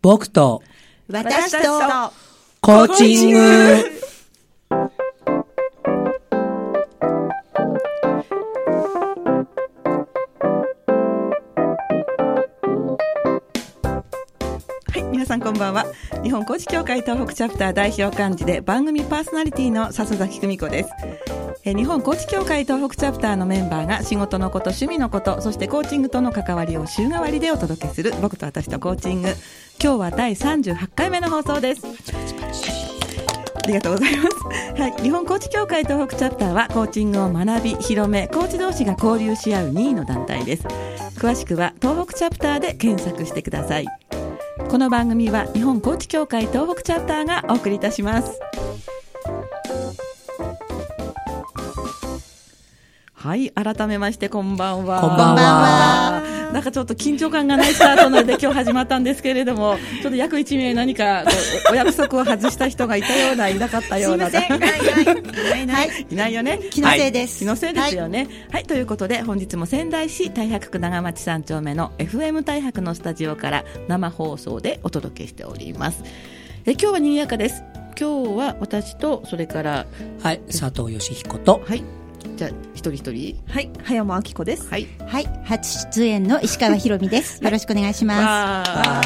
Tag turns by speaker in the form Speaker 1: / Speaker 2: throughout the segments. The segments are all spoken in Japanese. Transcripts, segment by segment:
Speaker 1: 僕と
Speaker 2: 私と、
Speaker 1: コーチング。
Speaker 2: はい、皆さんこんばんは。日本コーチ協会東北チャプター代表幹事で番組パーソナリティの笹崎久美子です。えー日本コーチ協会東北チャプターのメンバーが仕事のこと、趣味のこと、そしてコーチングとの関わりを週替わりでお届けする僕と私とコーチング。今日は第38回目の放送です。ありがとうございます。はい、日本コーチ協会東北チャプターはコーチングを学び、広め、コーチ同士が交流し合う任意の団体です。詳しくは東北チャプターで検索してください。この番組は日本コーチ協会東北チャプターがお送りいたします。はい、改めましてこんばんは。
Speaker 1: こんばんはこんばん
Speaker 2: は。 なんかちょっと緊張感がないスタートなので今日始まったんですけれども、ちょっと約1名何かこうおお約束を外した人がいたような、いなかったような。
Speaker 3: はいはい。
Speaker 2: いないよね。
Speaker 3: 気のせいです
Speaker 2: は気のせいですよね。はい、ということで、本日も仙台市太白区長町三丁目の FM 太白のスタジオから生放送でお届けしております。え今日は賑やかです。今日は私と、それから、
Speaker 1: はい、佐藤義彦と、
Speaker 2: はい、じゃあ、一人一人。
Speaker 4: はい、早間明子です。
Speaker 2: はい。
Speaker 3: はい、初出演の石川ひろみです。よろしくお願いしま
Speaker 2: わー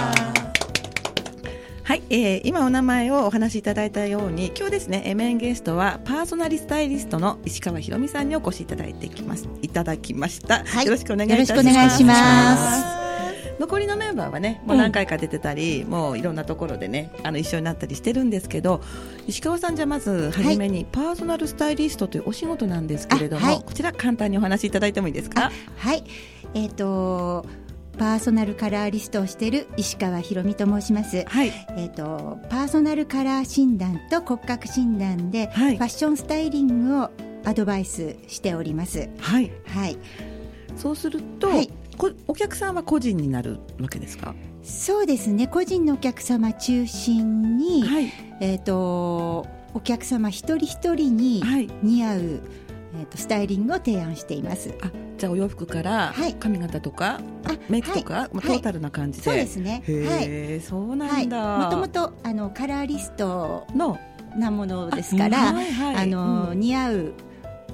Speaker 2: はい、えー今お名前をお話しいただいたように今日ですねえーメインゲストはパーソナリスタイリストの石川ひろみさんにお越しいただいてきますいただきました、
Speaker 3: はい
Speaker 2: よろしくお願いいたします
Speaker 3: よろしくお願いします
Speaker 2: 残りのメンバーはねもう何回か出てたり、もういろんなところでねあの一緒になったりしてるんですけど石川さんじゃあまず初めに、パーソナルスタイリストというお仕事なんですけれども、
Speaker 3: あはい
Speaker 2: こちら簡単にお話しいただいてもいいですか
Speaker 3: す。はい、えっ、と、パーソナルカラーリストをしている石川ひろみと申します。
Speaker 2: はい
Speaker 3: えっ、と、パーソナルカラー診断と骨格診断で、
Speaker 2: はい
Speaker 3: ファッションスタイリングをアドバイスしております。
Speaker 2: はい
Speaker 3: はい、
Speaker 2: そうすると、
Speaker 3: はい
Speaker 2: こお客さんは個人になるわけですか。
Speaker 3: そうですね。個人のお客様中心に、
Speaker 2: い
Speaker 3: えっ、と、お客様一人一人に
Speaker 2: はい。
Speaker 3: 似合う、えっとスタイリングを提案しています。
Speaker 2: あ、じゃあお洋服から
Speaker 3: はい
Speaker 2: 髪型とか、
Speaker 3: あ
Speaker 2: メイクとか、まあトータルな感じで。
Speaker 3: そうですね。はい。
Speaker 2: へえ、そうな
Speaker 3: は
Speaker 2: ん
Speaker 3: い。
Speaker 2: だ。
Speaker 3: もともとあのカラーリスト
Speaker 2: の
Speaker 3: なものですから、あ,、
Speaker 2: はいはい
Speaker 3: の、
Speaker 2: うん
Speaker 3: 似合う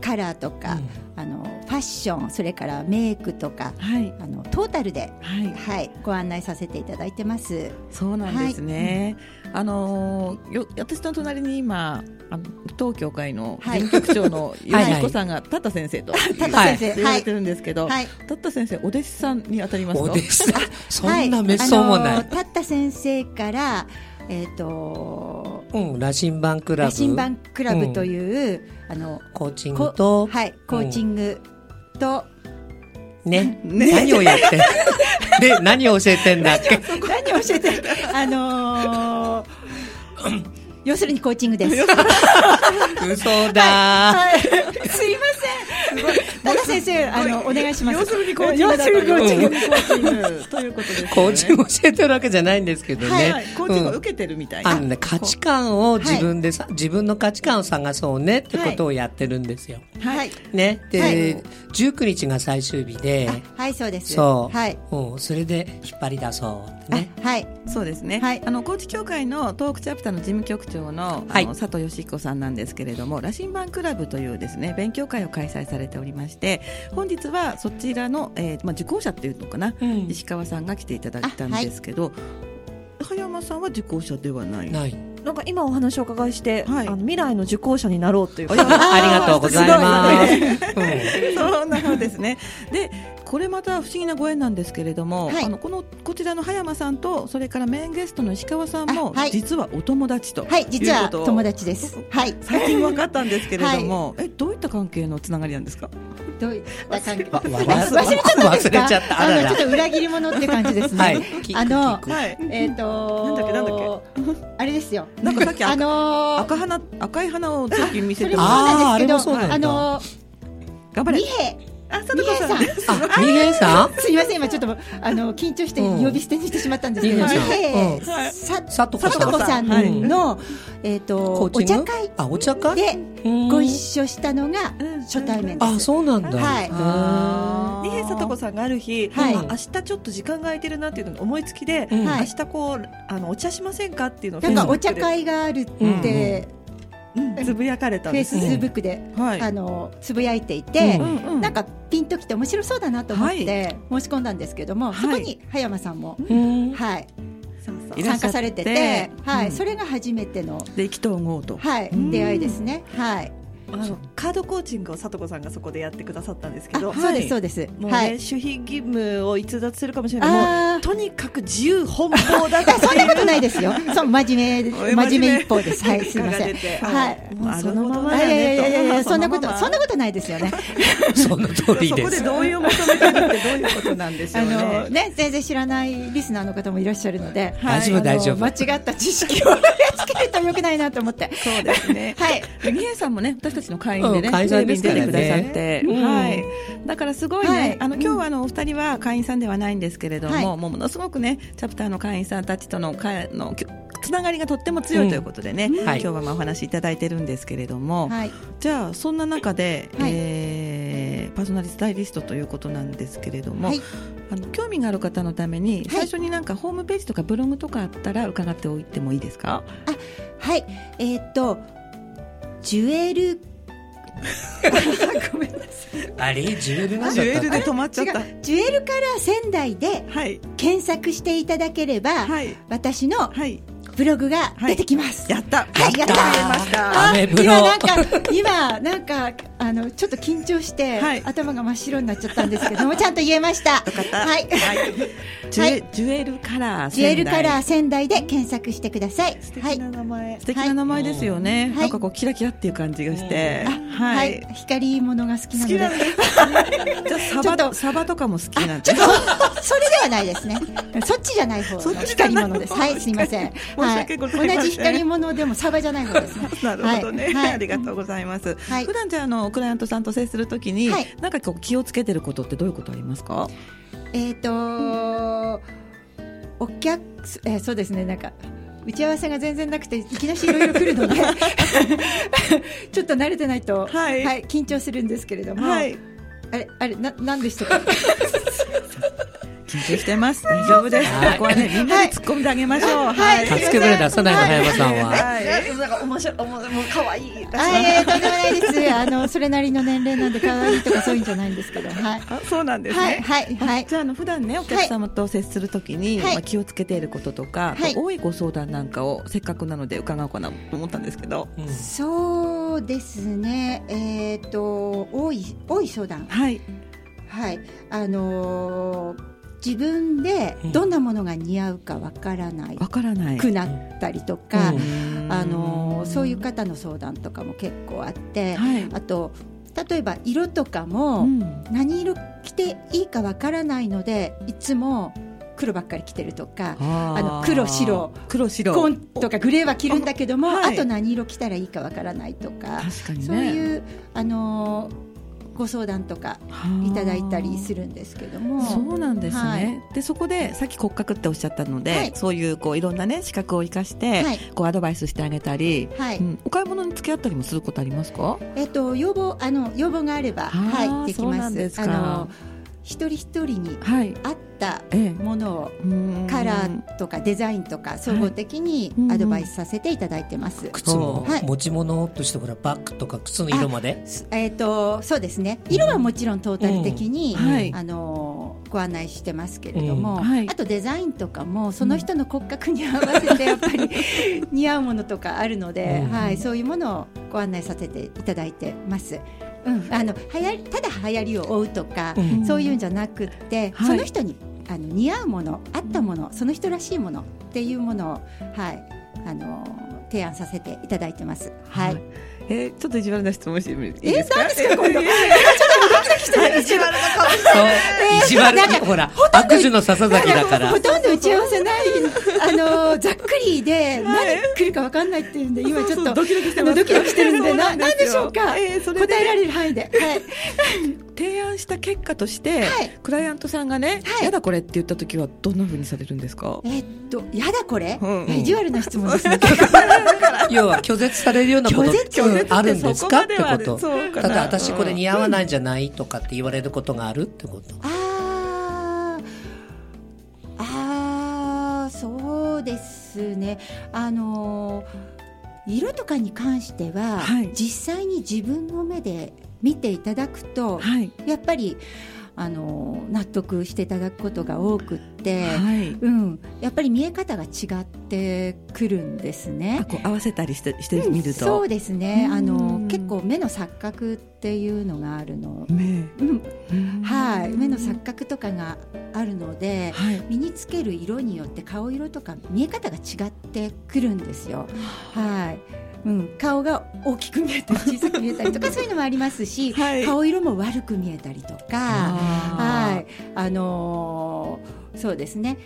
Speaker 3: カラーと
Speaker 1: う
Speaker 3: か、
Speaker 1: ん
Speaker 3: あのファッション、それからメイクとか、
Speaker 2: はい
Speaker 3: あのトータルで、
Speaker 2: はい。
Speaker 3: はい、ご案内させていただいてます。
Speaker 2: そうなんですね。あのーよ私の隣に今あの当協会の事
Speaker 3: はい
Speaker 2: 務局長の吉
Speaker 1: はい
Speaker 2: 彦さんがタッタ先生と言
Speaker 1: タ先
Speaker 3: 生
Speaker 2: われてるんですけど、
Speaker 3: はい。
Speaker 2: タッタ先生お弟子さんに当たります
Speaker 1: お
Speaker 2: の
Speaker 1: 弟子さん。そんなめっそうもな
Speaker 3: はいあの
Speaker 1: い。
Speaker 3: たった先生からえっ、と。
Speaker 1: うん、羅針盤クラブ。
Speaker 3: 新版クラブという、あの
Speaker 1: コーチング、
Speaker 3: ことはいコーチングと、
Speaker 1: ね。何をやってんで、何を教えてんだっけ
Speaker 3: 何を教えてるあのー、要するにコーチングです。
Speaker 1: 嘘だ
Speaker 3: はいすいません。すごい。田中先生、あの、お願いします。
Speaker 2: 要するにコーチングだ
Speaker 3: 要するにコーチング
Speaker 1: グ
Speaker 2: ということです、ね。
Speaker 1: コーチング教えてるわけじゃないんですけど
Speaker 2: はい、
Speaker 1: ね。
Speaker 2: コーチング
Speaker 1: う
Speaker 2: を
Speaker 1: ん
Speaker 2: 受けてるみたいな。
Speaker 1: あのね、価値観を自分でさ、自分の価値観を探そうねってことをやってるんですよ。
Speaker 3: はい。
Speaker 1: ね。で、
Speaker 3: はい
Speaker 1: 19日が最終日で、
Speaker 3: あはい、そうです。
Speaker 1: そう。
Speaker 3: はい。
Speaker 1: うん、それで引っ張り出そうって
Speaker 3: あ
Speaker 1: ね。
Speaker 3: はい。
Speaker 2: そうですね。
Speaker 3: はい
Speaker 2: あのコーチ協会のトークチャプターの事務局長の,、
Speaker 1: はい
Speaker 2: あの佐藤義彦さんなんですけれども、羅針盤クラブというですね勉強会を開催されておりまして、本日はそちらの、えーまあ受講者っていうのかな、
Speaker 1: うん
Speaker 2: 石川さんが来ていただいたんですけど、葉山さんは受講者ではない。
Speaker 1: ない。
Speaker 4: なんか今お話をお伺いして、
Speaker 2: はい
Speaker 4: あの未来の受講者になろうという。
Speaker 1: ありがとうございます。
Speaker 2: そうなのですね。で、これまた不思議なご縁なんですけれども、
Speaker 3: はい
Speaker 2: あのこのこちらの葉山さんとそれからメインゲストの石川さんも、
Speaker 3: あはい
Speaker 2: 実はお友達と、
Speaker 3: はい、実
Speaker 2: いう
Speaker 3: は
Speaker 2: ことを
Speaker 3: 友達です。はい。
Speaker 2: 最近分かったんですけれども、えどういった関係のつながりなんですか？
Speaker 3: どういった関係
Speaker 1: わわ
Speaker 3: 忘れちゃったんですか
Speaker 1: 忘れちゃったあらら
Speaker 3: のちょっと裏切り者って感じです
Speaker 1: うん
Speaker 3: ね。
Speaker 1: はい。
Speaker 3: あの
Speaker 1: 聞く聞く
Speaker 2: はい。
Speaker 3: えっと
Speaker 2: なんだっけなんだ
Speaker 3: あれですよ。
Speaker 2: なんかさっき
Speaker 3: あ
Speaker 2: 赤
Speaker 3: のー
Speaker 2: 赤花赤い花をさっき見せて
Speaker 3: それ
Speaker 2: も
Speaker 3: も
Speaker 2: らっ
Speaker 3: そうなんですけ
Speaker 1: あ
Speaker 3: ど、
Speaker 1: ーあれもそうなんだ
Speaker 3: あのー、
Speaker 2: た頑張
Speaker 3: 二
Speaker 2: れ。
Speaker 3: 兵、
Speaker 2: あ佐
Speaker 3: 二
Speaker 2: 藤
Speaker 3: 兵
Speaker 2: さん
Speaker 3: さん。
Speaker 1: あ、みげさん
Speaker 3: すいません、今ちょっとあの緊張して
Speaker 1: うん
Speaker 3: 呼び捨てにしてしまったんですけど、
Speaker 1: いいですよ
Speaker 3: え
Speaker 1: うん
Speaker 3: ーさ
Speaker 1: さとこさん
Speaker 3: さとこさん
Speaker 2: はい
Speaker 3: の、えっ
Speaker 1: コ
Speaker 3: と
Speaker 1: ー
Speaker 3: お
Speaker 1: チング
Speaker 3: 茶会
Speaker 1: あ、お茶会
Speaker 3: で
Speaker 1: うん
Speaker 3: ご一緒したのが
Speaker 2: うん
Speaker 3: 初対面です。
Speaker 1: あ、そうなんだ。
Speaker 3: はい
Speaker 1: あー
Speaker 2: 二平
Speaker 4: ね、さとこさんがある日、
Speaker 3: はい
Speaker 4: あ明日ちょっと時間が空いてるなっていうのを思いつきで、
Speaker 1: うん
Speaker 3: はい
Speaker 4: 明日こうあのお茶しませんかっていうのを
Speaker 3: なんかお
Speaker 4: Facebook
Speaker 3: 茶
Speaker 4: で
Speaker 3: 会があるって、
Speaker 4: うんつぶやかれ
Speaker 3: フ
Speaker 4: た
Speaker 3: ェ
Speaker 4: んで
Speaker 3: イ
Speaker 4: す。
Speaker 3: スブックで、
Speaker 2: は
Speaker 3: あ
Speaker 2: い。
Speaker 3: のつぶやいていて、
Speaker 1: うん
Speaker 2: う
Speaker 3: なんかピンときて面白そうだなと思っ
Speaker 2: は
Speaker 3: て申し込んだんですけど
Speaker 2: は
Speaker 3: も、
Speaker 2: い
Speaker 3: そこに葉山さんも、
Speaker 1: うん
Speaker 3: はい、
Speaker 4: そうそう
Speaker 2: いらっしゃ
Speaker 3: 参
Speaker 2: って
Speaker 3: 加されてて、はい
Speaker 2: うん
Speaker 3: それが初めての、
Speaker 2: で意気投合と。
Speaker 3: はい、
Speaker 2: うん
Speaker 3: 出会いですね。はい、
Speaker 4: あのカードコーチングをさとこさんがそこでやってくださったんですけ
Speaker 3: あ、
Speaker 4: ど、
Speaker 2: はい
Speaker 3: そうですそうです。
Speaker 4: もうね、
Speaker 3: はい、
Speaker 4: 守秘義務を逸脱するかもしれないけども
Speaker 3: あ
Speaker 4: うとにかく自由奔放 だった
Speaker 3: あ、そんなことないですよ。そう真面目で
Speaker 2: お
Speaker 3: 真面目一方です。はい、すみません。
Speaker 4: ん
Speaker 3: はい
Speaker 4: もうそのまま
Speaker 3: あい
Speaker 4: だ
Speaker 3: やいや
Speaker 4: ね
Speaker 3: い
Speaker 4: と
Speaker 3: やいやそんなこと
Speaker 2: そのまま
Speaker 3: そんなことないですよね。
Speaker 1: その通り
Speaker 2: そこ
Speaker 1: で。
Speaker 2: ですどういう求めてるってどういうことなんでしょ
Speaker 3: あ
Speaker 2: うね。
Speaker 3: のね全然知らないリスナーの方もいらっしゃるので、
Speaker 2: はい
Speaker 1: 大丈夫大丈夫
Speaker 3: あの間違った知識を植え付けると良くないなと思って。
Speaker 2: そうですね。
Speaker 3: はい。
Speaker 2: でみえさんもね私たちの会員でね、
Speaker 1: うん会員
Speaker 2: テ
Speaker 1: さ
Speaker 2: レ
Speaker 1: ん
Speaker 2: ビ
Speaker 1: で
Speaker 2: に
Speaker 1: す
Speaker 2: 出
Speaker 1: か
Speaker 2: て
Speaker 1: らね
Speaker 2: くださって、
Speaker 1: うん
Speaker 2: はい。だからすごいね、
Speaker 3: はい
Speaker 2: あの今日はあのお二人は会員さんではないんですけれども、
Speaker 3: はい
Speaker 2: もうものすごくねチャプターの会員さんたちとの会のきつながりがとっても強いということでね、
Speaker 1: はい
Speaker 2: 今日はまあお話しいただいてるんですけれども、
Speaker 3: はい。
Speaker 2: じゃあそんな中で、
Speaker 3: はい
Speaker 2: えーパーソナリスタイリストということなんですけれども、
Speaker 3: はい
Speaker 2: あの興味がある方のために最初になんかホームページとかブログとかあったら伺っておいてもいいですか？
Speaker 3: はい、えーっと、ジュエル、
Speaker 1: あれジュエルなん
Speaker 2: ジ
Speaker 1: だ
Speaker 2: ュ
Speaker 1: っ
Speaker 2: エ
Speaker 1: た
Speaker 2: ル
Speaker 1: っ
Speaker 2: で
Speaker 1: け
Speaker 2: 止まっちゃった。
Speaker 3: 違ジュエルカラー仙台で
Speaker 2: はい
Speaker 3: 検索していただければ、
Speaker 2: はい
Speaker 3: 私の
Speaker 2: はい
Speaker 3: ブログが出てきます。
Speaker 2: やった。
Speaker 3: はいやった
Speaker 2: 買えました。
Speaker 1: アメブロ
Speaker 3: 今なんか、今、なんか、あの、ちょっと緊張して、
Speaker 2: はい
Speaker 3: 頭が真っ白になっちゃったんですけども、 ちゃんと言えました。はい。
Speaker 2: ジュエジュエルカラー仙台。
Speaker 3: ジュエルカラー仙台で検索してください。
Speaker 4: 素
Speaker 3: は
Speaker 4: 敵
Speaker 3: い。
Speaker 4: な名前、
Speaker 2: 素敵な名前ですよね。
Speaker 3: はい
Speaker 2: なんかこうキラキラっていう感じがして。
Speaker 3: は
Speaker 2: はいい。。
Speaker 3: 光り物が好きな
Speaker 2: 好
Speaker 3: の
Speaker 2: きな
Speaker 3: で
Speaker 2: ん。です。じゃあ
Speaker 3: ちょ
Speaker 2: サバ
Speaker 3: っと
Speaker 2: サバとかも好きなんで。
Speaker 3: それではないですね。そっちじゃない方
Speaker 2: そ
Speaker 3: の
Speaker 2: っちじゃ
Speaker 3: 光り
Speaker 2: ない方
Speaker 3: 物です。はい、すみません。
Speaker 2: 申し
Speaker 3: は
Speaker 2: 訳
Speaker 3: い、
Speaker 2: ご
Speaker 3: 同
Speaker 2: ざいません
Speaker 3: じ光り物でもサバじゃない方ですね
Speaker 2: 。なるほどね、
Speaker 3: はい、
Speaker 2: ありが
Speaker 3: う。
Speaker 2: とうございます。
Speaker 3: はい
Speaker 2: 普段じゃああのクライアントさんと接するときに、
Speaker 3: はい
Speaker 2: なんかこう気をつけてることってどういうことありますか？
Speaker 3: えっ、とお客、えーそうですね、なんか。打ち合わせが全然なくていきなしいろいろ来る のでちょっと慣れてないと、
Speaker 2: はい
Speaker 3: 緊張するんですけれども、
Speaker 2: はい。緊
Speaker 3: あれあれな何でしたか
Speaker 2: 張してます。大丈夫です。
Speaker 1: はい
Speaker 2: ここはねみんなで突っ込んであげましょう。はい。
Speaker 3: はい
Speaker 1: 助け舟出さないの
Speaker 3: はい
Speaker 1: 早山さんは。
Speaker 4: い、なんか面白いおももう可愛い
Speaker 3: あいやいやとんでもないです あのそれなりの年齢なんで可愛いとかそういうんじゃないんですけどはい
Speaker 2: あそうなんですね。
Speaker 3: はいはいはい
Speaker 2: じゃああの普段ねお客様と接するときに、
Speaker 3: はい
Speaker 2: まあ、気をつけていることとか、
Speaker 3: はい
Speaker 2: あと多いご相談なんかをせっかくなので伺おうかなと思ったんですけど、
Speaker 1: うん
Speaker 3: そうですね、えっ、と、多い、多い相談。
Speaker 2: はい
Speaker 3: はい、あのー自分でどんなものが似合うかわからない
Speaker 2: わからない
Speaker 3: くなったりとか
Speaker 1: う。
Speaker 2: ん
Speaker 3: あのーそういう方の相談とかも結構あって、
Speaker 2: はい
Speaker 3: あと、例えば色とか
Speaker 2: う
Speaker 3: も。
Speaker 2: ん
Speaker 3: 何色着ていいかわからないので、いつも黒ばっかり着てるとか。
Speaker 2: あー
Speaker 3: あの黒白
Speaker 2: 黒白
Speaker 3: 紺とかグレーは着るんだけども、
Speaker 2: はい
Speaker 3: あと何色着たらいいかわからないとか。
Speaker 2: 確かにね
Speaker 3: そういう、あのーご相談とかいただいたりす
Speaker 2: る
Speaker 3: るんですけども。
Speaker 2: そうなんですね、
Speaker 3: はい
Speaker 2: でそこでさっき骨格っておっしゃったので、
Speaker 3: はい
Speaker 2: そういうこういろんなね資格を生かして、
Speaker 3: はい
Speaker 2: こうアドバイスしてあげたり、
Speaker 3: はい、
Speaker 2: うん、お買い物に付き合ったりもすることありますか
Speaker 3: えっと、要望、あの、要望があれば、
Speaker 2: あー
Speaker 3: はい、でき
Speaker 2: そうな
Speaker 3: ま
Speaker 2: ん
Speaker 3: す。
Speaker 2: ですか
Speaker 3: あの、一人一人に
Speaker 2: はい
Speaker 3: 合った
Speaker 2: ええ
Speaker 3: ものを。
Speaker 2: うん
Speaker 3: カラーとかデザインとか総合的に
Speaker 2: はい
Speaker 3: アドバイスさせていただいてます。
Speaker 1: 靴も
Speaker 3: はい
Speaker 1: 持ち物としてほらバッグとか靴の色まで。
Speaker 3: すえっと、そうですね。色はもちろんトータル的に、
Speaker 2: うんはい
Speaker 3: あのご案内してますけれども、
Speaker 2: うんはい
Speaker 3: あとデザインとかもその人の骨格に合わせてやっぱ り似合うものとかあるので、
Speaker 1: うん
Speaker 3: はい、そういうものをご案内させていただいてます。うん、あの流行りただ流行りを追うとか、
Speaker 1: うん
Speaker 3: そういうんじゃなくって、
Speaker 2: はい
Speaker 3: その人にあの似合うもの合ったものその人らしいものっていうものを、はい、あの提案させていただいてます。はい
Speaker 2: えー、ちょっと意地悪な質問してもいいですか。
Speaker 3: えー何ですか今度
Speaker 2: いやいやいや 意地悪な顔して
Speaker 1: そう意地悪
Speaker 3: なんか
Speaker 1: ほら悪女の笹崎だから
Speaker 3: ほ。とんど打ち合わせない、あのざっくりで、
Speaker 2: はい
Speaker 3: 何来るかわかんないっていうんで、今ちょっと。
Speaker 2: ドキドキして
Speaker 3: あ
Speaker 2: ま
Speaker 3: の
Speaker 2: す。
Speaker 3: ドキドキしてるんで、
Speaker 2: そう
Speaker 3: な、なん
Speaker 2: す
Speaker 3: で
Speaker 2: よ
Speaker 3: しょうか。
Speaker 2: えーそれで
Speaker 3: 答えられる範囲で。はい。
Speaker 2: 提案した結果として、
Speaker 3: はい
Speaker 2: クライアントさんがね、
Speaker 3: はい
Speaker 2: やだこれって言った時はどんな風にされるんですか。
Speaker 3: えーっと、やだこれ
Speaker 2: うんうん。
Speaker 3: 意地悪な質問で すね。
Speaker 1: 要は拒絶されるようなこと
Speaker 3: 拒絶
Speaker 1: うんあるんですかってこと。
Speaker 2: そこまではそうか
Speaker 1: た
Speaker 2: な
Speaker 1: だ私これ似合わないんじゃないとかって言われることがあるってこと。
Speaker 3: あですね。あの色とかに関しては、
Speaker 2: はい
Speaker 3: 実際に自分の目で見ていただくと、
Speaker 2: はい。
Speaker 3: やっぱりあの納得していただくことが多くって、
Speaker 2: はい。
Speaker 3: うん、やっぱり見え方が違ってくるんですね
Speaker 2: あ。こう合わせたりしてしてみる
Speaker 3: そ
Speaker 2: と
Speaker 3: う、ですねあの
Speaker 2: うん
Speaker 3: 結構目の錯覚っていうのがあるの、
Speaker 2: 目
Speaker 3: うん
Speaker 2: うん
Speaker 3: はい、目の錯覚とかがあるので
Speaker 2: はい。
Speaker 3: 身につける色によって顔色とか見え方が違ってくるんですよ。はいうん、顔が大きく見えたり小さく見えたり とかそういうのもありますし、
Speaker 2: はい
Speaker 3: 顔色も悪く見えたりとか。
Speaker 2: あ
Speaker 3: はい、あのーそうですね、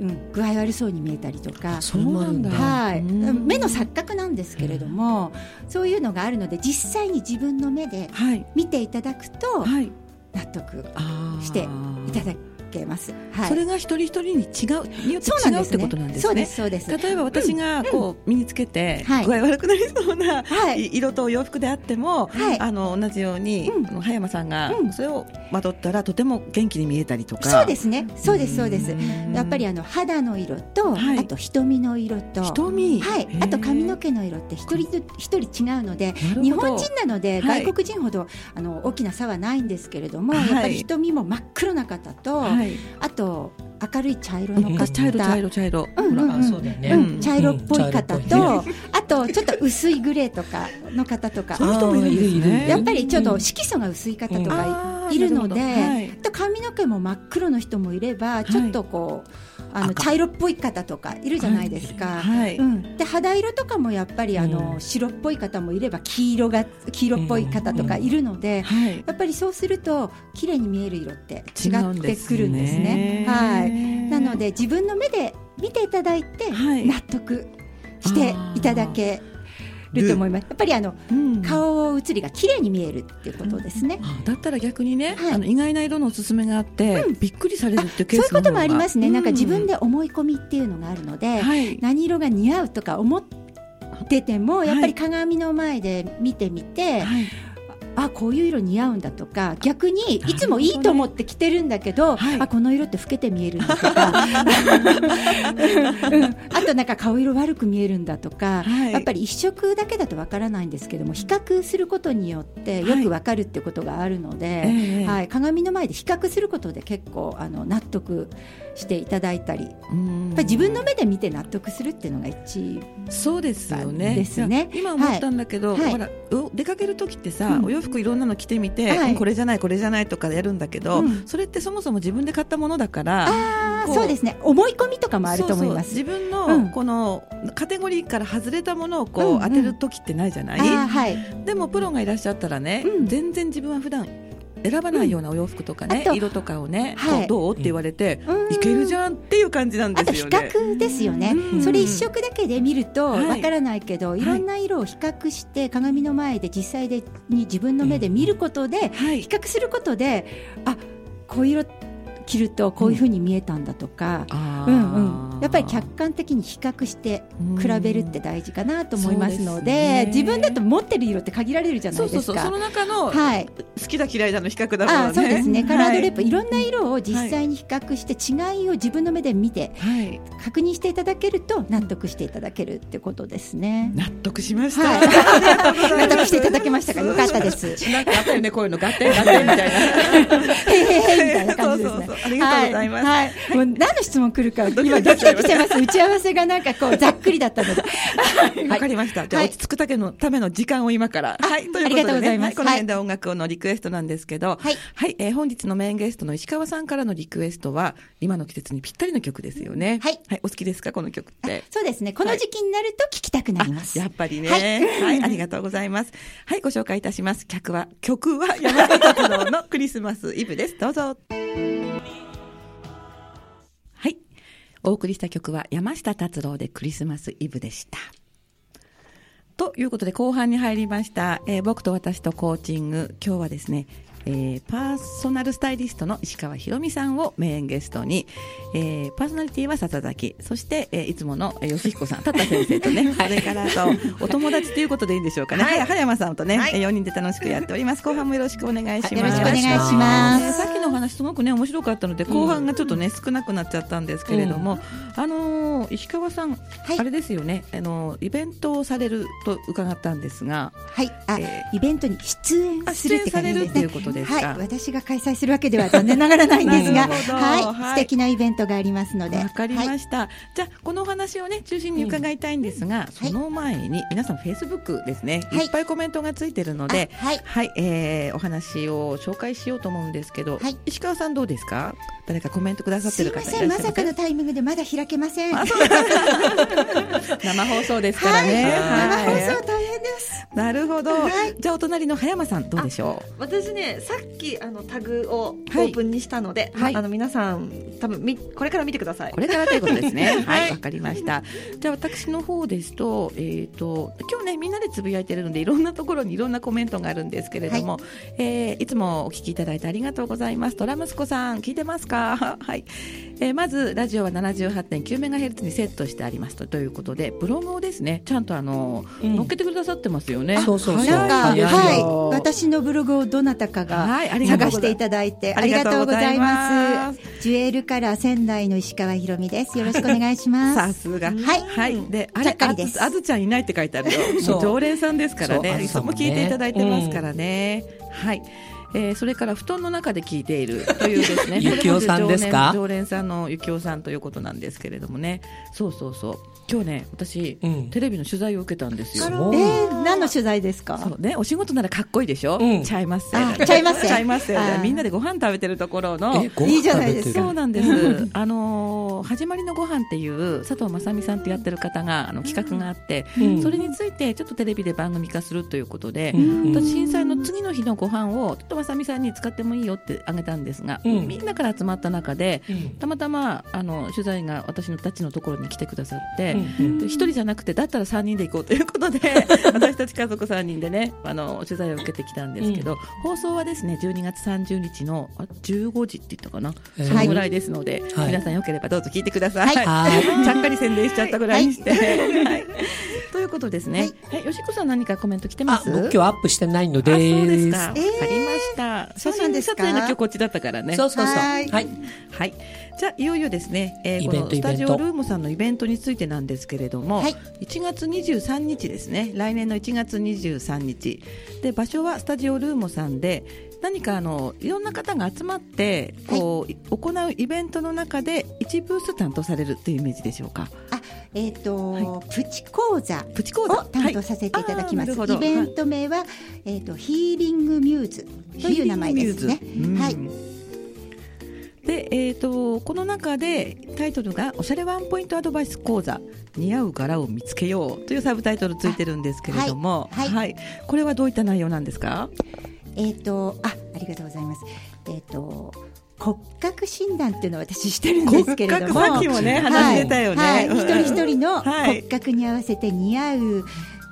Speaker 3: うん、具合悪そうに見えたりとか
Speaker 1: あ。それもあるんだ
Speaker 2: そうなんだ
Speaker 3: はい、
Speaker 2: うん
Speaker 3: 目の錯覚なんですけれども、そういうのがあるので、実際に自分の目で
Speaker 2: ーはい。
Speaker 3: 見ていただくと
Speaker 2: はい。
Speaker 3: 納得
Speaker 2: あー
Speaker 3: していただけます。はい、
Speaker 2: それが一人一人に違う、によって違うってことなんです
Speaker 3: そうで
Speaker 2: ね。
Speaker 3: す、そうです。
Speaker 2: 例えば私がこう身につけて
Speaker 3: はい
Speaker 2: 具合悪くなりそうな
Speaker 3: はい、
Speaker 2: い色とお洋服であっても、
Speaker 3: はい
Speaker 2: あの同じように、
Speaker 3: うん
Speaker 2: あの葉山さんが
Speaker 3: うん
Speaker 2: それをまとったらとても元気に見えたりとか
Speaker 3: そうですすね、そうです、そうです。やっぱりあの肌の色と、
Speaker 2: はい
Speaker 3: あと瞳の色と。
Speaker 2: 瞳
Speaker 3: はい、あと髪の毛の色って一人ず一人違うので日本人なので
Speaker 2: はい
Speaker 3: 外国人ほど、あの大きな差はないんですけれども、
Speaker 2: はい
Speaker 3: やっぱり瞳も真っ黒な方と、
Speaker 2: はい
Speaker 3: あと明るい茶色の方、
Speaker 1: うん
Speaker 2: 茶色茶色茶色、
Speaker 3: うんうんうん
Speaker 2: ほ
Speaker 1: あ
Speaker 2: ら
Speaker 1: そうだね、
Speaker 3: うん
Speaker 2: うん
Speaker 3: 茶色っぽい方
Speaker 1: うん
Speaker 3: と、
Speaker 1: 茶色っぽいね
Speaker 3: あとちょっと薄いグレーとかの方とか
Speaker 2: そういう人もいるんです
Speaker 1: あーいるい
Speaker 2: ね
Speaker 1: る
Speaker 3: やっぱりちょっと色素が薄い方とか、あ
Speaker 2: あー
Speaker 3: いるので
Speaker 2: なるほどはい
Speaker 3: と髪の毛も真っ黒の人もいれば
Speaker 2: い
Speaker 3: ちょっとこう、あの
Speaker 2: 赤
Speaker 3: 茶色っぽい方とかいるじゃないですか。
Speaker 2: はい
Speaker 3: うん、で肌色とかもやっぱりあの、
Speaker 1: うん
Speaker 3: 白っぽい方もいれば黄色が黄色っぽい方とかいるので、
Speaker 2: はい
Speaker 3: やっぱりそうすると綺麗に見える色って違
Speaker 2: 違うん
Speaker 3: っ
Speaker 2: で
Speaker 3: て
Speaker 2: す
Speaker 3: くるんですね。はい、なので自分の目で見ていただいて
Speaker 2: はい
Speaker 3: 納得していただけると思います。やっぱりあの
Speaker 2: うん
Speaker 3: 顔写りが綺麗に見えるっていうことですね。
Speaker 2: あだったら逆にね、
Speaker 3: はい
Speaker 2: あの意外な色のおすすめがあって、びっくりされるっていうケ
Speaker 3: そ
Speaker 2: ー
Speaker 3: ういう
Speaker 2: スの方が
Speaker 3: こともありますね。なんか自分
Speaker 2: で、
Speaker 3: で思い込みっていうのがあるので、
Speaker 2: はい
Speaker 3: 何色が似合うとか思ってても、やっぱり鏡の前で見てみて、
Speaker 2: はい
Speaker 3: あこういう色似合うんだとか逆にいつもいいと思って着てるんだけど、
Speaker 2: はい
Speaker 3: あこの色って老けて見えるんだと かうんあとなんか顔色悪く見えるんだとか、
Speaker 2: はい
Speaker 3: やっぱり一色だけだとわからないんですけども比較することによってよくわかるってことがあるので。はい
Speaker 2: ええ
Speaker 3: 鏡の前で比較することで結構あの納得していただいたりやっ
Speaker 2: うん
Speaker 3: ぱり自分の目で見て納得するっていうのが一
Speaker 2: そうですよね。
Speaker 3: ですね
Speaker 2: いや今思ったんだけど、
Speaker 3: はい
Speaker 2: ほらう出かける時ってさ、
Speaker 3: うん
Speaker 2: お洋服いろんなの着てみて、
Speaker 3: はい
Speaker 2: これじゃないこれじゃないとかやるんだけど、
Speaker 3: うん
Speaker 2: それってそもそも自分で買ったものだから、
Speaker 3: あ
Speaker 2: こう
Speaker 3: そうですね思い込みとかもあると思います
Speaker 2: そうそう自分
Speaker 3: うん
Speaker 2: のこのカテゴリーから外れたものをこ
Speaker 3: う
Speaker 2: うん
Speaker 3: う
Speaker 2: 当
Speaker 3: ん
Speaker 2: てる時ってないじゃない。
Speaker 3: あーはい
Speaker 2: でもプロがいらっしゃったらね、
Speaker 3: うん
Speaker 2: 全然自分は普段選ばないようなお洋服とかね
Speaker 3: あ、と
Speaker 2: 色とかをね、
Speaker 3: はい
Speaker 2: こうどうって言われて、
Speaker 3: うん
Speaker 2: いけるじゃんっていう感じなん
Speaker 3: あと
Speaker 2: です
Speaker 3: 比
Speaker 2: よね。
Speaker 3: 較ですよね、
Speaker 2: うん
Speaker 3: それ一色だけで見ると
Speaker 2: はい
Speaker 3: わからないけど、い、ろんな色を比較して鏡の前で実際でに自分の目で見ることで、
Speaker 2: は
Speaker 3: 比
Speaker 2: い。
Speaker 3: 較することであこういう色着るとこういうふうに見えたんだとか、
Speaker 2: あ
Speaker 3: う
Speaker 2: ー
Speaker 3: んうんやっぱり客観的に比較して比べるって大事かなと思います
Speaker 2: う
Speaker 3: ので,、
Speaker 2: んそうですね
Speaker 3: 自分だと持ってる色って限られるじゃな
Speaker 2: そう
Speaker 3: い
Speaker 2: そ
Speaker 3: で
Speaker 2: うそ
Speaker 3: す
Speaker 2: うそ
Speaker 3: か。
Speaker 2: の中の好
Speaker 3: はい、
Speaker 2: きだ嫌いだの比較だから
Speaker 3: あ
Speaker 2: ね
Speaker 3: そうですねカラードレップ、
Speaker 2: はい
Speaker 3: い、ろんな色を実際に比較して違いを自分の目で見て
Speaker 2: はい
Speaker 3: 確認していただけると納得していただけるってことですね。
Speaker 2: 納得しました、
Speaker 3: はい
Speaker 2: ありがとうござ
Speaker 3: 納
Speaker 2: います
Speaker 3: 得していただけましたか。よかったです。
Speaker 2: なんかあったよねこういうの合点合点みたい
Speaker 3: へへへみたいな
Speaker 2: なそ
Speaker 3: 感
Speaker 2: う
Speaker 3: じ
Speaker 2: そ
Speaker 3: で
Speaker 2: う
Speaker 3: す
Speaker 2: そう
Speaker 3: ね。
Speaker 2: ありがとうございます、
Speaker 3: はい、はい、もう何の質問来るか
Speaker 2: ドキド
Speaker 3: 今
Speaker 2: キ
Speaker 3: ド
Speaker 2: し
Speaker 3: キ
Speaker 2: ちゃい
Speaker 3: ド
Speaker 2: ます
Speaker 3: キしてます。打ち合わせがなんかこうざっくりだったので。はい
Speaker 2: わかりました。じゃあ、
Speaker 3: はい
Speaker 2: 落ち着くだけのための時間を今から。はい。ということ
Speaker 3: ありがとう
Speaker 2: で、
Speaker 3: ござ
Speaker 2: ね、
Speaker 3: います
Speaker 2: はいこの辺で音楽のリクエストなんですけど、
Speaker 3: はい。
Speaker 2: はい。えー本日のメインゲストの石川さんからのリクエストは、今の季節にぴったりの曲ですよね。
Speaker 3: はい
Speaker 2: はい。お好きですかこの曲って。
Speaker 3: そうですね。この時期になると聞きたくなります。
Speaker 2: やっぱりね、
Speaker 3: は
Speaker 2: はいい、 ありがとうございます。はい、ご紹介いたします。客は、曲は山下達郎のクリスマスイブです。どうぞ。はい、お送りした曲は山下達郎でクリスマスイブでした。ということで後半に入りました、えー僕と私とコーチング今日はですねえーパーソナルスタイリストの石川博美さんをメインゲストに、えーパーソナリティは笹崎そして、えーいつものえー吉彦さんたった先生とねそれからあとお友達ということでいいんでしょうかね、はい、葉山さんとね、
Speaker 4: はい
Speaker 2: えー4人で楽しくやっております後半もよろしくお願いしま
Speaker 1: は
Speaker 2: す、
Speaker 1: いよろしくお
Speaker 5: お願
Speaker 1: 願い
Speaker 5: い
Speaker 1: し
Speaker 5: し
Speaker 1: ます
Speaker 5: ま
Speaker 2: ね
Speaker 5: す。
Speaker 2: さっきのお話すごくね面白かったので後半がちょっとね、少なくなっちゃったんですけれども、あのー石川さん、
Speaker 3: い
Speaker 2: あれですよねあのーイベントをされると伺ったんですが、
Speaker 3: はい、あ、
Speaker 2: え
Speaker 3: イベントに出演
Speaker 2: あ
Speaker 3: す
Speaker 2: 出
Speaker 3: る
Speaker 2: 演
Speaker 3: って
Speaker 2: さ
Speaker 3: 感
Speaker 2: れ
Speaker 3: じ
Speaker 2: る
Speaker 3: で
Speaker 2: っ
Speaker 3: す
Speaker 2: てい
Speaker 3: ね
Speaker 2: う。ことです
Speaker 3: はい、
Speaker 2: か。
Speaker 3: 私が開催するわけでは残念ながらないんです
Speaker 2: な
Speaker 3: が、
Speaker 2: るほどは
Speaker 3: はいい、素敵なイベントがありますので。
Speaker 2: わかり
Speaker 3: は
Speaker 2: ま
Speaker 3: い、
Speaker 2: した、じゃあこのお話をね中心に伺いたいんですが、その前に皆さんフェイスブックですね、
Speaker 3: はい
Speaker 2: い、っぱいコメントがついてるので
Speaker 3: あはい、
Speaker 2: はい、えーお話を紹介しようと思うんですけど、
Speaker 3: はい
Speaker 2: 石川さんどうですか誰かコメントくださっ
Speaker 3: す
Speaker 2: て
Speaker 3: い
Speaker 2: る
Speaker 3: ま
Speaker 2: 方いらっし
Speaker 3: せ
Speaker 2: ゃい
Speaker 3: ん、
Speaker 2: ま
Speaker 3: ますさかのタイミングでまだ開けません。は
Speaker 2: あ
Speaker 3: い、
Speaker 2: そうですか生放送ですからね、はい
Speaker 3: 生放送大変です。
Speaker 2: なるほど、
Speaker 3: はい
Speaker 2: じゃあお隣の葉山さんどうでしょ
Speaker 4: 私ねさっきあのタグをオ
Speaker 2: はい
Speaker 4: ープンにしたので、
Speaker 2: はい
Speaker 4: あの皆さん多分みこれから見てくださいう
Speaker 2: これからということですね
Speaker 4: はい
Speaker 2: はいわかりましたじゃあ私の方ですとえっ、と今日ねみんなでつぶやいてるのでいろんなところにいろんなコメントがあるんですけれども、いえーいつもお聞きいただいてありがとうございますドラムスコさん聞いてますか はい、えーまずラジオは78.9メガヘルツにセットしてありますとということでブログをですねちゃんとあの、
Speaker 1: うん
Speaker 2: 載っけてくださってますよね
Speaker 1: そうそうそう。
Speaker 3: なんか、
Speaker 2: 早いよ
Speaker 3: はい、私のブログをどなたかが
Speaker 2: はいありがとうご
Speaker 3: 探し
Speaker 2: ざ
Speaker 3: て
Speaker 2: い
Speaker 3: いただいて、
Speaker 2: あ
Speaker 3: あ
Speaker 2: り
Speaker 3: り
Speaker 2: が
Speaker 3: が
Speaker 2: と
Speaker 3: と
Speaker 2: うご
Speaker 3: うご
Speaker 2: ざ
Speaker 3: ざ
Speaker 2: い
Speaker 3: い
Speaker 2: ま
Speaker 3: ますす。ジュエルカラー仙台の石川ひろみです。よろしくお願いしま
Speaker 2: さ
Speaker 3: す。
Speaker 2: すが。
Speaker 3: はい
Speaker 2: はい。で、あ
Speaker 3: ちゃ
Speaker 2: れ
Speaker 3: っ、か
Speaker 2: あ
Speaker 3: りで
Speaker 2: ず
Speaker 3: す
Speaker 2: あずちゃんいないって書いてあるよ。
Speaker 1: そう
Speaker 2: もう常連さんですから
Speaker 1: そうあ
Speaker 2: ね。
Speaker 1: ず
Speaker 2: いつ
Speaker 1: さん
Speaker 2: も
Speaker 1: もね。
Speaker 2: 聞いていただいてますからね。はい。えーそれから布団の中で聞いているというですね
Speaker 1: ゆきおさんですか
Speaker 2: これも常連常連さんのゆきおさんということなんですけれどもね。そうそうそう。今日ね、私、
Speaker 1: うん
Speaker 2: テレビの取材を受けたんですよ。
Speaker 1: そう
Speaker 3: えー、何の取材ですか。
Speaker 2: そうね、お仕事ならかっこいいでしょ、
Speaker 1: うん
Speaker 2: ちゃいます
Speaker 3: あちゃいます よ
Speaker 2: ちゃいますよ
Speaker 3: あー
Speaker 2: みんなでご飯食べてるところの
Speaker 1: えご飯
Speaker 3: いいじゃないで
Speaker 1: 食
Speaker 3: す
Speaker 1: べてる
Speaker 2: そうなんです。あのー始まりのご飯っていう佐藤正美さんってやってる方があの企画があって、
Speaker 1: うん
Speaker 2: それについてちょっとテレビで番組化するということで
Speaker 1: う、ん
Speaker 2: 私震災の次の日のご飯をちょっと正美さんに使ってもいいよってあげたんですが、
Speaker 1: うん
Speaker 2: みんなから集まった中で
Speaker 1: うん
Speaker 2: たまたまあの取材が私のたちのところに来てくださって。
Speaker 1: うん
Speaker 2: 一人じゃなくてだったら3人で行こうとい うことで私たち家族3人でねあの取材を受けてきたんですけど、放送はですね12月30日のあ15時って言ったかな、
Speaker 1: えー
Speaker 2: そのぐらいですので、
Speaker 1: はい
Speaker 2: 皆さんよければどうぞ聞いてください。
Speaker 3: はい
Speaker 1: はい。
Speaker 2: ちゃっかり宣伝しちゃったぐらいにして。 はいということですね。はい、よしこさん何かコメント来てま
Speaker 1: あ
Speaker 2: す？
Speaker 1: 僕今日アップしてないので
Speaker 2: あ
Speaker 1: す。
Speaker 2: そうですか。わ、
Speaker 3: えー
Speaker 2: かりました。
Speaker 3: そうなんですか
Speaker 2: 写真撮影が今日こっちだったからね。
Speaker 1: そうそうそう。
Speaker 3: は
Speaker 1: はいい。
Speaker 2: はい。じゃあいよいよですね、えー
Speaker 1: イ
Speaker 2: こ
Speaker 1: ベント
Speaker 2: のスタジ
Speaker 1: イベ
Speaker 2: オ
Speaker 1: ント
Speaker 2: ルームさんのイベントについてなんですけれども、
Speaker 3: はい
Speaker 2: 1月23日ですね。来年の1月23日で場所はスタジオルームさんで。何かあのいろんな方が集まってこう、行うイベントの中で一ブース担当されるというイメージでしょうか
Speaker 3: えっ、と、
Speaker 2: は
Speaker 3: プチ講座。
Speaker 2: プチ講座
Speaker 3: を担当させていただ
Speaker 2: はいあ
Speaker 3: きます。
Speaker 2: ーなるほど
Speaker 3: イベント名は、えっ、と、ヒーリングミューズという名前ですね
Speaker 2: ヒ。ーリングミューズ
Speaker 3: は
Speaker 2: う
Speaker 3: い。
Speaker 2: んで、えっ、と、この中で、タイトルがおしゃれワンポイントアドバイス講座。似合う柄を見つけようというサブタイトルついてるんですけれども。
Speaker 3: あはいはい
Speaker 2: これはどういった内容なんですか。
Speaker 3: えっ、と、あ、ありがとうございます。えっ、と、骨格診断っていうのを私してるんですけれども。
Speaker 2: さっきもね、
Speaker 1: はい
Speaker 2: 話してたよね。
Speaker 3: はい、
Speaker 2: うん
Speaker 3: 一人一人の
Speaker 2: はい
Speaker 3: 骨格に合わせて似合う、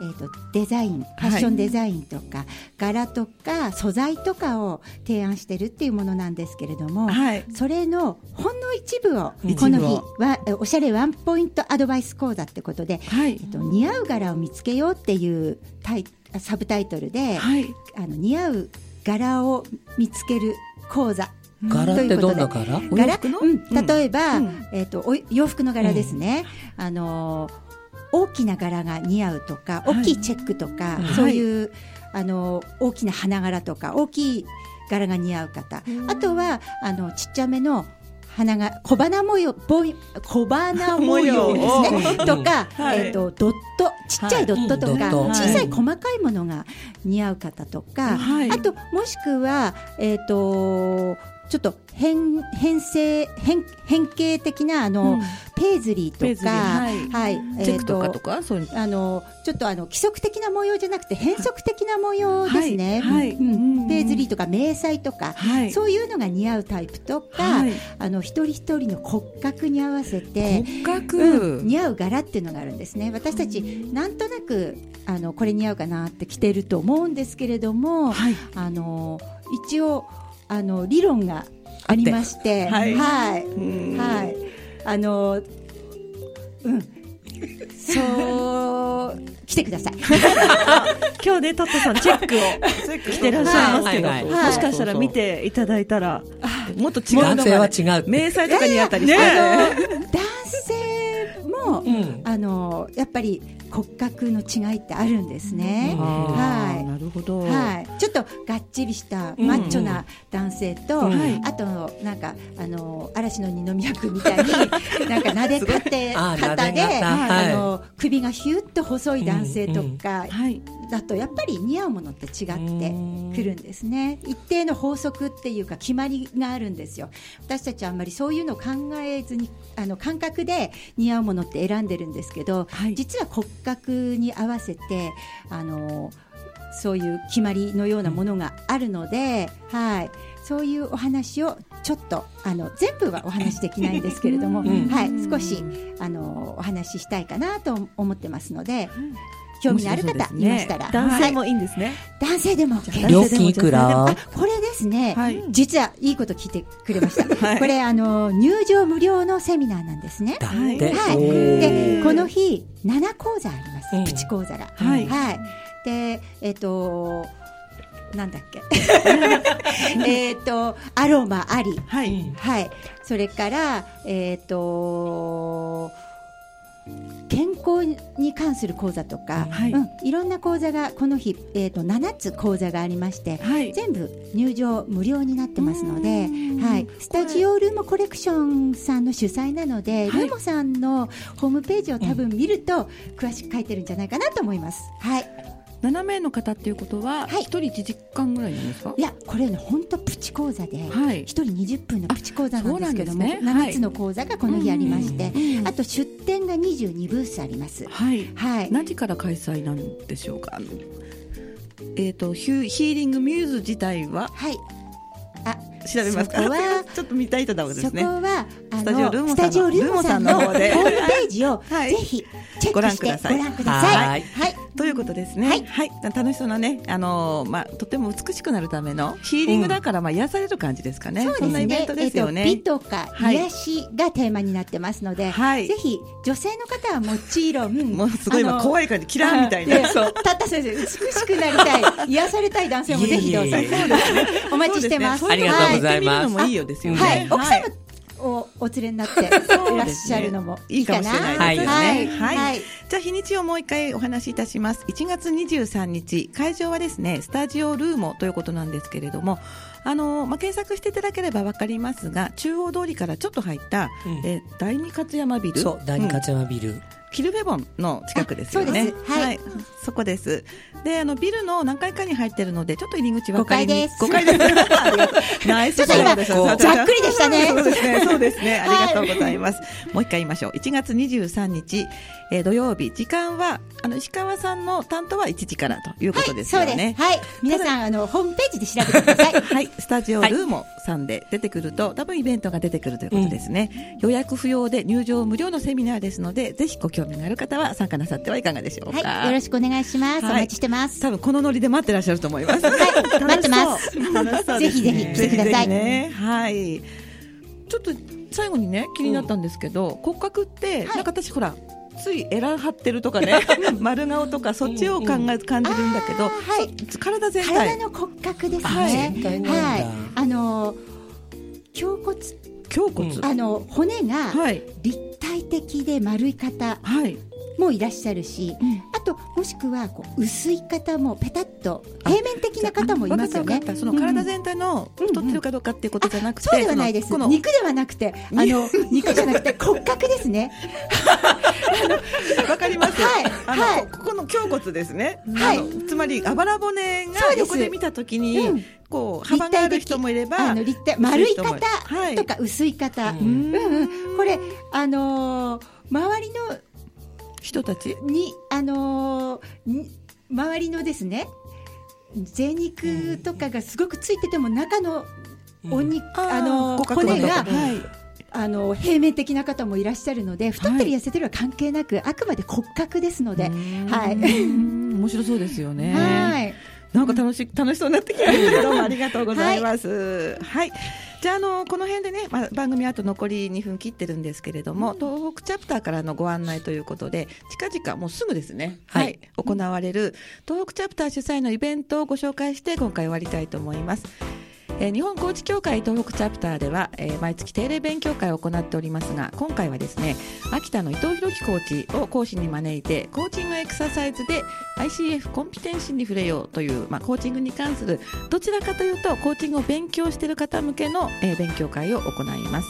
Speaker 3: えー、とデザインファッションデザインとか、柄とか素材とかを提案してるっていうものなんですけれども、
Speaker 2: はい。
Speaker 3: それのほんの一部を
Speaker 1: 一部を
Speaker 3: この日はえおしゃれワンポイントアドバイス講座ってことで、
Speaker 2: はい
Speaker 3: え。っと、似合う柄を見つけようっていうタイサブタイトルで、
Speaker 2: はい。
Speaker 3: あの似合う柄を見つける講座
Speaker 1: 柄ってどんな柄？
Speaker 2: お洋
Speaker 3: 柄
Speaker 2: 服の
Speaker 3: うん、
Speaker 2: うん
Speaker 3: 例えば、
Speaker 2: うん
Speaker 3: えっ、とお洋服の柄ですね。あのー大きな柄が似合うとか、
Speaker 2: はい
Speaker 3: 大きいチェックとか、
Speaker 2: はい
Speaker 3: そういうあのー大きな花柄とか大きい柄が似合う方、あとはあのちっちゃめの花が小花模様ぼい小花模様ですね
Speaker 1: 模様
Speaker 3: とか、
Speaker 2: はい
Speaker 3: えっ、とドットちっちゃいドットとか、
Speaker 1: はいうんドット
Speaker 3: 小さい細かいものが似合う方とか、
Speaker 2: はい
Speaker 3: あともしくは、えっとちょっと変変性変変形的なあの、
Speaker 2: うん
Speaker 3: ペーズリー
Speaker 2: ペー
Speaker 3: と
Speaker 2: ズリー
Speaker 3: か
Speaker 2: はい
Speaker 3: はい
Speaker 2: チェックとか
Speaker 3: えー
Speaker 2: とか、そういう。
Speaker 3: あのちょっとあの規則的な模様じゃなくて変則的な模様ですね、
Speaker 2: はいはい
Speaker 3: うん
Speaker 2: うん
Speaker 3: ペーズリーとか迷彩とか、
Speaker 2: はい。
Speaker 3: そういうのが似合うタイプとか、
Speaker 2: はい
Speaker 3: あの一人一人の骨格に合わせて
Speaker 2: 骨格。
Speaker 3: うん、似合う柄っていうのがあるんですね私たちなんとなくあのこれ似合うかなって着てると思うんですけれども、
Speaker 2: はい。
Speaker 3: あの一応あの理論がありまして、
Speaker 2: あっ
Speaker 3: は
Speaker 2: て
Speaker 3: い、はい、
Speaker 2: うん
Speaker 3: はい、あの、うん、そう、来てください。
Speaker 4: 今日ね、トットさん、チェックをしてらっしゃいますけど、
Speaker 1: はいはい
Speaker 3: はい
Speaker 4: もしかしたら見ていただいたら、もっと違うの
Speaker 1: 男性
Speaker 4: が
Speaker 1: は違う
Speaker 4: ね、
Speaker 1: って。
Speaker 2: 明細とかにあったりして、
Speaker 3: あの、男性も、
Speaker 1: うん。
Speaker 3: あの、やっぱり骨格の違いってあるんですね。
Speaker 2: あー
Speaker 3: はい
Speaker 2: なるほど、
Speaker 3: はい、ちょっとがっちりしたマッチョな男性と、
Speaker 1: うん
Speaker 3: あとなんかあの嵐の二宮君みたいになんかなでたて
Speaker 1: あー
Speaker 3: 方で
Speaker 1: 撫で肩はい
Speaker 3: あの首がヒュッと細い男性とか
Speaker 2: はい
Speaker 3: だとやっぱり似合うものって違ってくるんですね一定の法則っていうか決まりがあるんですよ私たちはあんまりそういうのを考えずにあの感覚で似合うものって選んでるんですけど、
Speaker 2: はい
Speaker 3: 実は骨格に合わせてあのそういう決まりのようなものがあるので、はい、そういうお話をちょっとあの全部はお話できないんですけれども、
Speaker 1: ん
Speaker 3: はい、少しあのお話ししたいかなと思ってますので、興味のある
Speaker 2: 面
Speaker 3: 方
Speaker 2: 白
Speaker 3: い
Speaker 2: い
Speaker 3: ま
Speaker 2: ですね
Speaker 3: したら、
Speaker 4: 男性
Speaker 3: はい、
Speaker 4: もいいんですね。
Speaker 3: 男性でも
Speaker 1: 料金いくら
Speaker 3: あこれですね、
Speaker 2: はい
Speaker 3: 実はいいこと聞いてくれました、
Speaker 2: はい
Speaker 3: これあの入場無料のセミナーなんですね
Speaker 1: だっ
Speaker 2: はい
Speaker 1: て。
Speaker 3: はい、
Speaker 1: おー
Speaker 3: でこの日7講座あります、
Speaker 1: うん
Speaker 3: プチ講座が。
Speaker 2: はい
Speaker 3: でえっ、となんだっ けえっとアロマあり、
Speaker 2: はい
Speaker 3: はい、それからえっ、と健康に関する講座とか、
Speaker 2: はい
Speaker 3: うん、いろんな講座がこの日、えー、と7つ講座がありまして、
Speaker 2: はい
Speaker 3: 全部入場無料になってますので
Speaker 2: うん、
Speaker 3: はい、スタジオルームコレクションさんの主催なので、
Speaker 2: はい
Speaker 3: ルーモさんのホームページを多分見ると、詳しく書いてるんじゃないかなと思います。はい、
Speaker 2: 7名の方っていうことは
Speaker 3: は
Speaker 2: 一
Speaker 3: い
Speaker 2: 人1時間ぐらいなんですか
Speaker 3: いやこれね本当プチ講座で、
Speaker 2: はい
Speaker 3: 一人20分のプチ講座なんですけども、
Speaker 2: あそうなんですねはい
Speaker 3: 7つの講座がこの日ありまして、
Speaker 2: うん
Speaker 3: あと出店が22ブースあります。
Speaker 2: はい
Speaker 3: はい、
Speaker 2: 何時から開催なんでしょうかあのえっ、とヒューヒーリングミューズ自体は
Speaker 3: はい、
Speaker 2: 調べますか
Speaker 3: そこは
Speaker 2: ちょっと見たいただけで
Speaker 3: そ
Speaker 2: す
Speaker 3: こ
Speaker 2: ね
Speaker 3: はあ
Speaker 2: スタジオルー
Speaker 3: の
Speaker 2: モさん
Speaker 3: ス
Speaker 2: の
Speaker 3: タジオルーモさんの
Speaker 2: ルーモさんの方
Speaker 3: ホーム
Speaker 2: で
Speaker 3: ページを
Speaker 2: はい
Speaker 3: ぜひチェックして
Speaker 2: ご覧ください
Speaker 3: ご覧くださ。
Speaker 1: はいい
Speaker 3: はい、
Speaker 2: ということですね、は
Speaker 3: はいい
Speaker 2: 楽しそうなね、あのーまあ、とても美しくなるためのヒーリングだから、まあ、癒される感じですかね、
Speaker 3: そうです
Speaker 2: そんなイベン
Speaker 3: ね
Speaker 2: ト。
Speaker 3: え
Speaker 2: で
Speaker 3: っ
Speaker 2: すよ
Speaker 3: と
Speaker 2: ね。
Speaker 3: 美とか
Speaker 2: はい
Speaker 3: 癒しがテーマになってますので、
Speaker 2: はい
Speaker 3: ぜひ女性の方はもちろん、
Speaker 2: もうすごい今、怖
Speaker 3: い。
Speaker 2: い感じ、キラーみたい
Speaker 3: あ
Speaker 2: な
Speaker 3: の。
Speaker 1: そう
Speaker 3: でたった先生、美しくなりたい、癒されたい男性もぜひどうぞ
Speaker 1: いえいえいえ。
Speaker 3: お待ちしてます。
Speaker 1: そうですねありがとうございます
Speaker 2: 行ってみるのもいいようですよね。
Speaker 3: はい、奥
Speaker 2: はい
Speaker 3: 様をお連れになっていらっしゃるのもいいかな。
Speaker 2: そうですね
Speaker 1: いいかもしれ
Speaker 3: は
Speaker 1: ない
Speaker 2: で
Speaker 3: い
Speaker 2: すね
Speaker 3: はい
Speaker 2: は
Speaker 3: はい
Speaker 2: じゃあ日にちをもう一回お話しいたします。1月23日、会場はですね、スタジオルーモということなんですけれども、あの、まあ、検索していただければわかりますが、中央通りからちょっと入った、
Speaker 1: うん
Speaker 2: えー第二勝山ビル。
Speaker 1: そう、第二
Speaker 2: うん
Speaker 1: 勝山ビル。
Speaker 2: キルベボンの近くですよ
Speaker 3: あ
Speaker 2: ね
Speaker 3: そう。ですはい
Speaker 2: そこです。で、あの、ビルの何階かに入ってるので、ちょっと入り口分かりに
Speaker 3: 5
Speaker 2: 5階
Speaker 3: 階
Speaker 2: で。
Speaker 3: です
Speaker 2: ナイス
Speaker 3: ちょっと今ざっくりでしたね
Speaker 2: そうですね。そうですね。あ
Speaker 3: はい
Speaker 2: りがとうございます。もう一回言いましょう。1月23日、えー土曜日、時間は、あの、石川さんの担当は1時からということです
Speaker 3: そう
Speaker 2: よ
Speaker 3: で
Speaker 2: ね
Speaker 3: す。。はい、皆さんあのホームページで調べてくだ さい。
Speaker 2: はい、スタジオルーモさんで出てくると、多分イベントが出てくるということですね、予約不要で入場無料のセミナーですのでぜひご興味のある方は参加なさってはいかがでしょうか、
Speaker 3: はい、よろしくお願いします。
Speaker 2: はい
Speaker 3: お待ちしてます。
Speaker 2: 多分このノリで待ってらっしゃると思います
Speaker 3: はい、待ってま
Speaker 2: 楽し
Speaker 3: す。
Speaker 2: そう楽しそうですね
Speaker 3: ぜひぜひ来てくださ
Speaker 2: ぜひ
Speaker 3: い
Speaker 2: ぜひねはいちょっと最後にね気になったんですけど、骨格って、
Speaker 3: はい
Speaker 2: なんか私ほらついエラ張ってるとかね 丸顔とかそっちを考え、感じるんだけど、
Speaker 3: あーはい
Speaker 2: そ体全体
Speaker 3: 体の骨格ですね。
Speaker 2: あ
Speaker 3: はい
Speaker 1: 全体なんだ
Speaker 3: あの胸骨
Speaker 2: 胸骨、
Speaker 1: うん
Speaker 3: あの骨が
Speaker 2: はい
Speaker 3: 立体的で丸い方
Speaker 2: はい
Speaker 3: もいらっしゃるし、あともしくはこう薄い方もペタッと平面的な方もいますよ
Speaker 2: わ
Speaker 3: ね
Speaker 2: かったわかっ。たその体全体の
Speaker 3: うんうん
Speaker 2: 太ってるかどうかっていうことじゃなくて、
Speaker 3: そうではないです。
Speaker 2: そのこの
Speaker 3: 肉ではなくて、あの肉じゃな くて骨格ですね。
Speaker 2: わかります。
Speaker 3: はい
Speaker 2: あの、
Speaker 3: はい
Speaker 2: ここの胸骨ですね。
Speaker 3: はい
Speaker 2: あのつまりあばら骨
Speaker 3: そう
Speaker 2: が
Speaker 3: です
Speaker 2: 横で見たときに、
Speaker 3: うん
Speaker 2: こう幅がある人もいれば、
Speaker 3: あの立体丸い
Speaker 2: 薄
Speaker 3: 方
Speaker 2: 人もはい
Speaker 3: とか薄い方、
Speaker 1: う
Speaker 3: うんんうん、これあのー周りの
Speaker 2: 人たち。
Speaker 3: にあのーに周りのですね贅肉とかがすごくついてても中のお肉、あのー
Speaker 2: 骨
Speaker 3: 骨が、
Speaker 2: はい、
Speaker 3: あのー平面的な方もいらっしゃるので太ってる痩せてるは関係なく、あくまで骨格ですので、
Speaker 2: うん
Speaker 3: はい
Speaker 2: 面白そうですよね。
Speaker 3: はい
Speaker 2: なんか楽し楽しそうになってきましたけど もありがとうございます。はい、じゃああのこの辺でね、まあ、番組あと残り2分切ってるんですけれども、東北チャプターからのご案内ということで近々もうすぐですね、は
Speaker 1: はいい
Speaker 2: 行われる東北チャプター主催のイベントをご紹介して今回終わりたいと思います。えー日本高知協会東北チャプターでは、えー毎月定例勉強会を行っておりますが今回はですね秋田の伊藤博樹コーチを講師に招いてコーチングエクササイズで ICF コンピテンシーに触れようという、まあ、コーチングに関するどちらかというとコーチングを勉強している方向けの、えー勉強会を行います。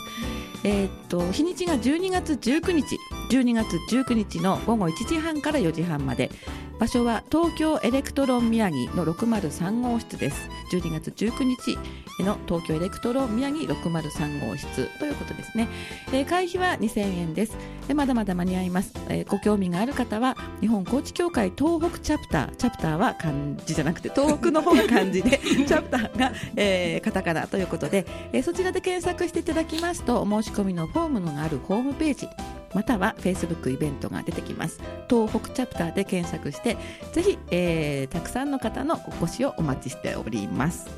Speaker 2: えーっと日にちが12月19日12月19日の午後1時半から4時半まで場所は東京エレクトロン宮城の603号室です12月19日の東京エレクトロン宮城603号室ということですね、えー会費は2000円ですでまだまだ間に合います、えーご興味がある方は日本高知協会東北チャプターチャプターは漢字じゃなくて東北の方が漢字でチャプターが、えーカタカナということで、えーそちらで検索していただきますとお申し込みのフォームのがあるホームページまたは Facebook イベントが出てきます東北チャプターで検索してぜひ、えーたくさんの方のお越しをお待ちしております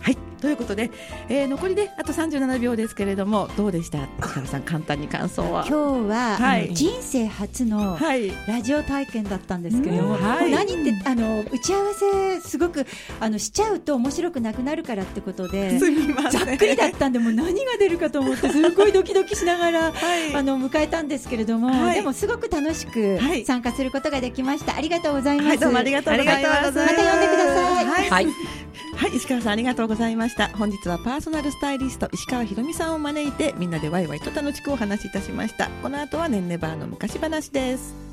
Speaker 2: はいということで、えー残りであと37秒ですけれどもどうでした石原さん簡単に感想は
Speaker 3: 今日は、
Speaker 2: はい
Speaker 3: あの人生初の
Speaker 2: はい
Speaker 3: ラジオ体験だったんですけれども、
Speaker 2: うんはい
Speaker 3: もう何ってあの打ち合わせすごくあのしちゃうと面白くなくなるからってことで。
Speaker 2: すみませ
Speaker 3: ざ
Speaker 2: ん
Speaker 3: っくりだったんでもう何が出るかと思ってすごいドキドキしながら
Speaker 2: はい
Speaker 3: あの迎えたんですけれども、
Speaker 2: はい
Speaker 3: でもすごく楽しく
Speaker 2: はい
Speaker 3: 参加することができましたありがとうございます、
Speaker 2: はい、どうもありがとうございます。
Speaker 3: また呼んでください
Speaker 2: はい、
Speaker 1: はい。
Speaker 2: はい石川さんありがとうございました。本日はパーソナルスタイリスト石川ひろみさんを招いてみんなでワイワイと楽しくお話しいたしました。この後はねんねバーの昔話です。